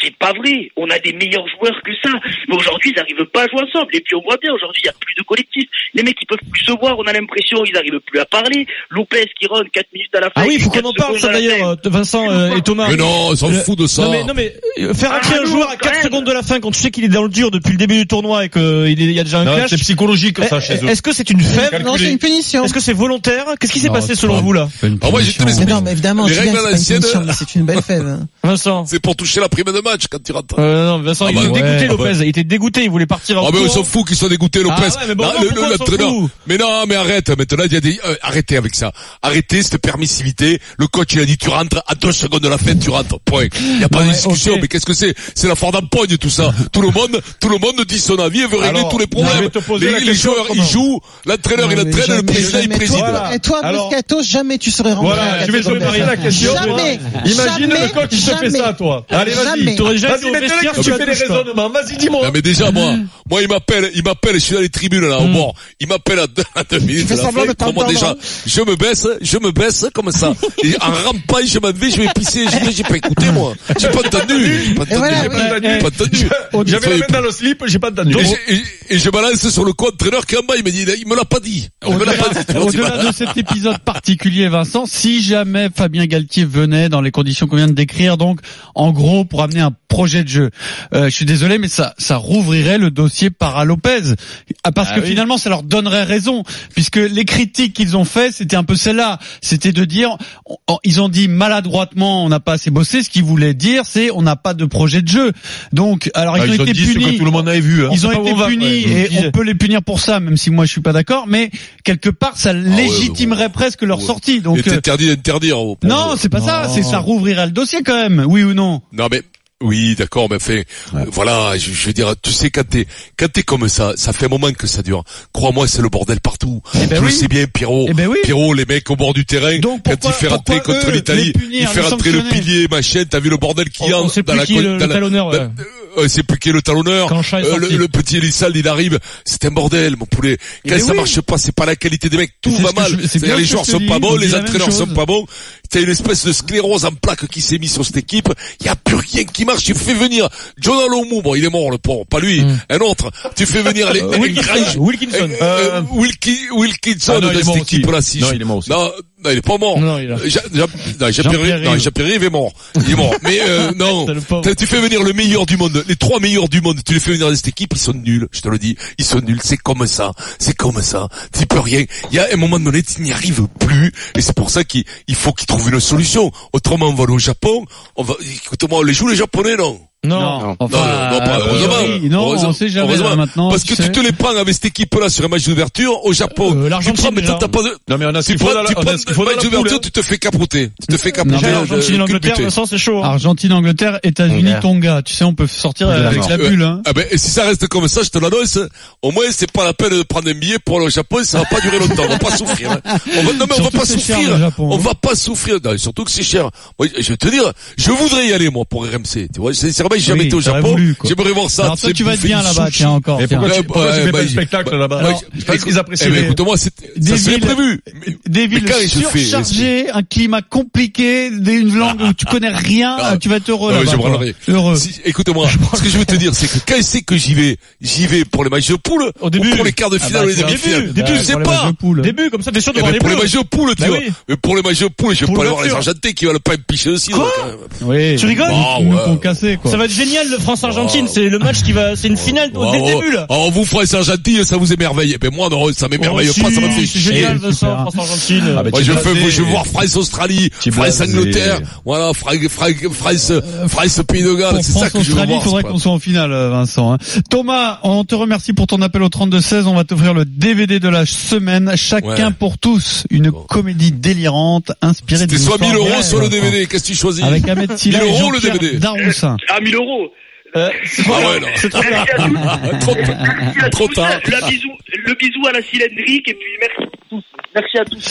Speaker 11: C'est pas vrai. On a des meilleurs joueurs que ça. Mais aujourd'hui, ils n'arrivent pas à jouer ensemble. Et puis on voit bien, aujourd'hui, il n'y a plus de collectif. Les mecs, ils peuvent plus se voir. On a l'impression, ils n'arrivent plus à parler. Lopez qui run 4 minutes à la fin.
Speaker 6: Ah oui, il faut qu'on en
Speaker 11: quatre
Speaker 6: parle ça
Speaker 11: secondes à la
Speaker 6: d'ailleurs, euh, Vincent euh, et Thomas.
Speaker 5: Mais non, on s'en
Speaker 6: Le-
Speaker 5: fout de ça.
Speaker 6: Non mais, non, mais, euh, faire
Speaker 11: Ah,
Speaker 6: entrer un
Speaker 11: non,
Speaker 6: joueur à
Speaker 11: quand
Speaker 6: 4
Speaker 11: même.
Speaker 6: secondes de la fin quand tu sais qu'il est dans le dur depuis le début du tournoi et euh, qu'il y a déjà un
Speaker 9: Non,
Speaker 6: clash.
Speaker 9: Ah, C'est psychologique ça
Speaker 6: est-
Speaker 9: chez eux.
Speaker 6: Eh, Est-ce que c'est une fève
Speaker 10: Non, c'est une punition.
Speaker 6: Est-ce que c'est volontaire Qu'est-ce qui s'est
Speaker 7: Non,
Speaker 6: passé
Speaker 7: c'est
Speaker 6: selon
Speaker 7: pas-
Speaker 6: vous là
Speaker 7: Pas une
Speaker 5: Ah, moi, j'ai
Speaker 7: punition.
Speaker 5: tous
Speaker 10: Mais
Speaker 5: les-
Speaker 10: non, mais évidemment,
Speaker 5: Les
Speaker 10: je dis bien
Speaker 5: règles
Speaker 10: que c'est pas une
Speaker 5: anciennes-
Speaker 10: punition, mais
Speaker 9: [laughs]
Speaker 10: c'est une belle fève. hein.
Speaker 6: Vincent
Speaker 5: C'est pour toucher la prime de match quand tu rentres.
Speaker 6: euh, non, Vincent,
Speaker 5: Ah
Speaker 6: il
Speaker 5: bah
Speaker 6: était
Speaker 5: ouais.
Speaker 6: dégoûté,
Speaker 5: Ah bah-
Speaker 6: Lopez. Il était dégoûté, il voulait partir en
Speaker 5: Ah mais on
Speaker 6: courant.
Speaker 5: s'en fout qu'ils soient dégoûtés Lopez.
Speaker 6: Ah ouais, mais bon,
Speaker 5: Non,
Speaker 6: non, pourquoi on s'en
Speaker 5: l'entraîneur-
Speaker 6: fout
Speaker 5: Mais non, mais arrête. Maintenant, il y a des euh, arrêtez avec ça. Arrêtez cette permissivité. Le coach il a dit tu rentres à deux secondes de la fin, tu rentres. Point. Il n'y a pas
Speaker 6: Ouais,
Speaker 5: de discussion.
Speaker 6: ok.
Speaker 5: Mais qu'est-ce que c'est C'est la foire d'empoigne tout ça. tout le monde, tout le monde dit son avis et veut régler
Speaker 9: Alors,
Speaker 5: tous les
Speaker 9: je
Speaker 5: problèmes.
Speaker 9: vais te poser
Speaker 5: Les,
Speaker 9: la
Speaker 5: les
Speaker 9: question
Speaker 5: joueurs ils
Speaker 9: autrement.
Speaker 5: jouent, l'entraîneur il
Speaker 10: Non, mais
Speaker 5: entraîne, le
Speaker 10: Euh, jamais,
Speaker 5: président il
Speaker 10: jamais.
Speaker 5: préside.
Speaker 10: Toi, Et toi,
Speaker 9: Alors-
Speaker 10: Moscato, jamais tu serais rendu
Speaker 9: Voilà,
Speaker 10: à
Speaker 9: je vais te poser la question.
Speaker 10: Jamais.
Speaker 9: Imagine
Speaker 10: jamais,
Speaker 9: le coach qui te fait
Speaker 10: jamais.
Speaker 9: ça, toi. Allez,
Speaker 10: Jamais.
Speaker 9: vas-y.
Speaker 6: T'aurais jamais dit
Speaker 9: Vas-y,
Speaker 6: au
Speaker 9: mais le
Speaker 6: vestiaire,
Speaker 9: que
Speaker 6: tu
Speaker 9: tu
Speaker 6: la
Speaker 9: fais les
Speaker 6: touches pas.
Speaker 9: raisonnements. Vas-y,
Speaker 5: Non
Speaker 9: dis-moi.
Speaker 5: mais déjà
Speaker 10: Mm.
Speaker 5: moi, moi il m'appelle, il m'appelle, je suis dans les tribunes là au bord. Il m'appelle à deux, à deux minutes.
Speaker 10: fais
Speaker 5: de la
Speaker 10: semblant
Speaker 5: fin,
Speaker 10: de pas
Speaker 5: comment
Speaker 10: entendre,
Speaker 5: déjà,
Speaker 10: hein.
Speaker 5: je me baisse, je me baisse comme ça. Et en rampant, je m'en vais, je vais pisser, je vais, j'ai pas écouté moi. J'ai pas entendu, j'ai pas entendu,
Speaker 10: voilà,
Speaker 5: j'ai pas
Speaker 10: oui.
Speaker 5: entendu, j'ai pas entendu.
Speaker 9: J'avais la main dans le slip, j'ai pas entendu.
Speaker 5: Et je- et- et je balance sur le co-entraîneur qui est en bas, il me dit, il me l'a pas dit. On me l'a pas dit. tu vois, c'est pas-
Speaker 7: [laughs] Au-delà de cet épisode particulier, Vincent, si jamais Fabien Galtier venait dans les conditions qu'on vient de décrire, donc en gros pour amener un projet de jeu, euh, je suis désolé, mais ça, ça rouvrirait le dossier para Lopez, Ah, parce que finalement ça leur donnerait raison, puisque les critiques qu'ils ont fait, c'était un peu celle-là, c'était de dire, on- on- ils ont dit maladroitement, on n'a pas assez bossé, ce qu'ils voulaient dire, c'est on n'a pas de projet de jeu. Donc, alors Ah,
Speaker 9: Ah,
Speaker 7: ils, ont, été punis.
Speaker 9: monde avait vu. hein.
Speaker 7: Ils ont été punis et on peut les punir pour ça, même si moi je suis pas d'accord. Mais quelque part, ça légitimerait presque leur
Speaker 5: Ah ouais.
Speaker 7: sortie. Donc
Speaker 5: Il est
Speaker 7: euh,
Speaker 5: interdit d'interdire. au-
Speaker 7: non, c'est pas ça. C'est ça rouvrirait le dossier quand même. Oui ou non
Speaker 5: Non mais oui, d'accord, mais fait, euh, voilà, je, je veux dire, tu sais quand t'es quand t'es comme ça, ça fait un moment que ça dure. Crois-moi, c'est le bordel partout.
Speaker 7: Eh ben
Speaker 5: tu le
Speaker 7: oui.
Speaker 5: sais bien, Pierrot.
Speaker 7: Eh ben oui.
Speaker 5: Pierrot, les mecs au bord du terrain,
Speaker 7: Donc
Speaker 5: quand
Speaker 7: pourquoi-
Speaker 5: il fait rentrer
Speaker 7: pourquoi
Speaker 5: contre
Speaker 7: eux,
Speaker 5: l'Italie,
Speaker 7: les punir,
Speaker 5: il fait
Speaker 7: les
Speaker 5: rentrer le
Speaker 7: sanctionner
Speaker 5: pilier, machin. T'as vu le bordel qui
Speaker 6: On- on
Speaker 5: entre
Speaker 6: sait
Speaker 5: dans
Speaker 6: plus
Speaker 5: la
Speaker 6: qui est
Speaker 5: co-
Speaker 6: le-
Speaker 5: dans
Speaker 6: le
Speaker 5: la-
Speaker 6: talonneur,
Speaker 5: dans-
Speaker 6: ouais.
Speaker 5: euh, c'est plus qui est le talonneur.
Speaker 6: Quand le chat est
Speaker 5: Euh,
Speaker 7: Euh,
Speaker 5: le,
Speaker 6: sorti.
Speaker 5: le petit Elissal, il arrive. C'est un bordel, mon poulet. Quand
Speaker 7: ben
Speaker 5: ça
Speaker 7: oui.
Speaker 5: marche pas, c'est pas la qualité des mecs. Tout
Speaker 7: C'est
Speaker 5: va
Speaker 7: ce que
Speaker 5: mal.
Speaker 7: je- c'est
Speaker 5: C'est-à-dire
Speaker 7: bien
Speaker 5: les
Speaker 7: ce que
Speaker 5: joueurs
Speaker 7: je te
Speaker 5: sont
Speaker 7: dis,
Speaker 5: pas
Speaker 7: on
Speaker 5: bons,
Speaker 7: dit
Speaker 5: les
Speaker 7: la même
Speaker 5: entraîneurs sont
Speaker 7: chose.
Speaker 5: pas bons. T'as une espèce de sclérose en plaque qui s'est mise sur cette équipe. Il y a plus rien qui marche. Tu fais venir John Alomou. Bon, il est mort, le pauvre. Pas lui. Un autre. Tu fais venir les, les Grange-
Speaker 6: Wilkinson.
Speaker 5: euh, euh, Wilki, Wilkinson
Speaker 9: Ah non, il
Speaker 5: de
Speaker 9: est mort
Speaker 5: cette
Speaker 9: aussi.
Speaker 5: équipe là, si
Speaker 9: Non,
Speaker 5: je-
Speaker 9: il est mort aussi.
Speaker 5: Non, non, il est pas mort.
Speaker 6: Non, il a-
Speaker 5: Euh, Jean- Jean- non,
Speaker 7: Jean-Pierre
Speaker 5: Jean-Pierre Rive- non,
Speaker 7: Rive.
Speaker 5: Jean-Pierre Rive est mort. Il est mort. Mais
Speaker 7: [laughs]
Speaker 5: euh, non,
Speaker 7: C'est le pauvre.
Speaker 5: T'as- tu fais venir le meilleur du monde, les trois meilleurs du monde, tu les fais venir dans cette équipe, ils sont nuls, je te le dis, ils sont nuls, c'est comme ça, c'est comme ça, tu peux rien. Il y a un moment donné, tu n'y arrives plus, et c'est pour ça qu'il il faut qu'ils trouvent une solution. Autrement, on va aller au Japon, on va, écoute-moi, on les joue les Japonais, non
Speaker 7: Non. Enfin,
Speaker 5: non, non, pas,
Speaker 7: euh,
Speaker 5: heureusement.
Speaker 7: oui, non,
Speaker 5: Heureusement.
Speaker 7: on sait jamais
Speaker 5: Heureusement.
Speaker 7: là, maintenant.
Speaker 5: Parce que
Speaker 7: sais.
Speaker 5: tu te les prends avec cette équipe-là sur un match d'ouverture au Japon.
Speaker 6: Euh,
Speaker 5: tu
Speaker 6: l'Argentine,
Speaker 5: prends, mais t'as
Speaker 6: déjà.
Speaker 5: t'as pas de...
Speaker 9: Non, mais on a ce
Speaker 5: Tu
Speaker 9: qu'il faut
Speaker 5: prends,
Speaker 9: dans la-
Speaker 5: tu
Speaker 9: on
Speaker 5: prends
Speaker 9: a ce qu'il faut
Speaker 5: le match
Speaker 9: dans la poule,
Speaker 5: d'ouverture,
Speaker 9: hein.
Speaker 5: tu te fais capoter. Tu te fais capoter.
Speaker 7: mais
Speaker 5: euh,
Speaker 6: Argentine,
Speaker 5: euh,
Speaker 6: Angleterre,
Speaker 5: culbuter.
Speaker 6: Vincent, c'est chaud. hein.
Speaker 7: Argentine, Angleterre, États-Unis,
Speaker 8: Angleterre.
Speaker 7: Tonga. Tu sais, on peut
Speaker 5: Ah,
Speaker 7: sortir
Speaker 6: euh,
Speaker 8: Tonga.
Speaker 7: avec la
Speaker 5: Ouais.
Speaker 7: bulle. Hein.
Speaker 5: Ah ben, et si ça reste comme ça, je te l'annonce, au moins c'est pas la peine de prendre un billet pour le Japon, ça va pas durer longtemps, on va pas souffrir. hein. On va, non mais on va
Speaker 7: Surtout
Speaker 5: pas
Speaker 7: que c'est cher,
Speaker 5: souffrir,
Speaker 7: le Japon,
Speaker 5: on
Speaker 7: hein.
Speaker 5: va pas souffrir, Non, et surtout que c'est cher. Moi, je vais te dire, je voudrais y aller moi pour RMC, tu vois, sincèrement j'ai jamais
Speaker 7: Oui,
Speaker 5: été au
Speaker 7: t'aurais
Speaker 5: Japon,
Speaker 7: voulu, quoi.
Speaker 5: j'aimerais voir ça.
Speaker 7: Alors toi,
Speaker 5: sais,
Speaker 7: tu vas être
Speaker 5: bouffer
Speaker 7: bien
Speaker 5: du
Speaker 7: là-bas.
Speaker 5: sushi.
Speaker 7: Tiens encore.
Speaker 9: Et
Speaker 7: tiens.
Speaker 9: pourquoi
Speaker 5: Ouais,
Speaker 9: tu pourquoi
Speaker 5: bah,
Speaker 9: tu fais
Speaker 5: bah,
Speaker 9: pas le
Speaker 5: il-
Speaker 9: spectacle
Speaker 5: Ouais,
Speaker 9: là-bas
Speaker 5: je-
Speaker 9: Je pense qu'ils
Speaker 5: Eh
Speaker 9: apprécient.
Speaker 5: ben,
Speaker 9: les-
Speaker 5: écoute-moi, c'est- ça
Speaker 7: Des
Speaker 5: serait
Speaker 7: villes-
Speaker 5: prévu.
Speaker 7: des
Speaker 5: mais
Speaker 7: villes
Speaker 5: quand je fais-
Speaker 7: surchargées, un climat compliqué, des- une langue où tu connais rien,
Speaker 5: Ah.
Speaker 7: tu vas être heureux.
Speaker 5: Ah oui,
Speaker 7: là-bas,
Speaker 5: je
Speaker 7: toi.
Speaker 5: branlerai.
Speaker 7: Heureux.
Speaker 5: Si- Écoute-moi, ce que je veux te dire, c'est que quand c'est que j'y vais, j'y vais pour les matchs de poule,
Speaker 6: Au début.
Speaker 5: ou pour les quarts de
Speaker 6: Ah
Speaker 5: finale
Speaker 6: bah,
Speaker 5: ou les
Speaker 6: tu vois,
Speaker 5: demi-finales.
Speaker 6: début, début,
Speaker 5: Tu
Speaker 6: c'est
Speaker 5: sais
Speaker 7: pour les
Speaker 5: pas.
Speaker 7: matchs de poule.
Speaker 6: Début, comme ça, t'es sûr de
Speaker 5: Eh
Speaker 6: voir
Speaker 5: ben,
Speaker 6: les
Speaker 5: pour les
Speaker 6: bleus.
Speaker 5: matchs de poule, tu
Speaker 6: Bah
Speaker 5: vois.
Speaker 6: oui.
Speaker 5: Mais pour les matchs de poule, je vais
Speaker 6: Pour
Speaker 5: pas aller
Speaker 6: le
Speaker 5: voir les
Speaker 6: sûr.
Speaker 5: Argentés qui veulent pas me picher aussi. donc, euh,
Speaker 7: Oui.
Speaker 6: Tu rigoles
Speaker 5: Ah
Speaker 7: Nous
Speaker 5: ouais.
Speaker 7: qu'on cassait, quoi.
Speaker 6: Ça va être génial, le France-Argentine.
Speaker 5: Wow.
Speaker 6: C'est le match qui va, c'est une finale dès
Speaker 5: ah,
Speaker 6: le
Speaker 5: oh,
Speaker 6: début, là.
Speaker 5: ah, vous, frère Argentins, ça vous émerveille. Mais moi, non, ça m'émerveille
Speaker 6: Oh,
Speaker 5: pas,
Speaker 6: si,
Speaker 5: ça me fait
Speaker 6: C'est
Speaker 5: chier.
Speaker 6: génial, Vincent,
Speaker 7: Super.
Speaker 6: France-Argentine.
Speaker 9: Ah, bah,
Speaker 5: Moi,
Speaker 9: tu
Speaker 5: je
Speaker 9: vas
Speaker 5: fais,
Speaker 9: blasé.
Speaker 5: je veux voir France-Australie,
Speaker 9: Tu blasé.
Speaker 5: France-Angleterre, voilà, France, France, France, France, Pays de Galles,
Speaker 7: Pour
Speaker 5: Ah, c'est ça que je veux
Speaker 7: France-Australie,
Speaker 5: voir.
Speaker 7: faudrait
Speaker 5: c'est pas-
Speaker 7: qu'on soit en finale, euh, Vincent. hein. Thomas, on te remercie pour ton appel au 32-16. On va t'offrir le DVD de la semaine. Chacun
Speaker 5: Ouais.
Speaker 7: pour tous. Une
Speaker 5: Bon.
Speaker 7: comédie délirante, inspirée
Speaker 5: C'était
Speaker 7: d'une
Speaker 5: soit
Speaker 7: histoire
Speaker 5: 1000 euros,
Speaker 7: réelle,
Speaker 5: soit le
Speaker 7: Vincent.
Speaker 5: DVD. Qu'est-ce que tu choisis?
Speaker 7: Avec Ahmed Silla
Speaker 5: 1000
Speaker 7: et
Speaker 5: euros, le
Speaker 7: Jean-Pierre
Speaker 5: DVD.
Speaker 7: Darroussin.
Speaker 11: À 1000 euros.
Speaker 6: Euh,
Speaker 5: Ah ouais, non. [laughs]
Speaker 6: C'est trop bien.
Speaker 11: Merci à tous.
Speaker 5: Trop tard.
Speaker 11: Merci à
Speaker 5: Trop
Speaker 11: tous.
Speaker 5: tard.
Speaker 11: La bisou, le bisou à la cylindrique et puis merci à tous. Merci à tous.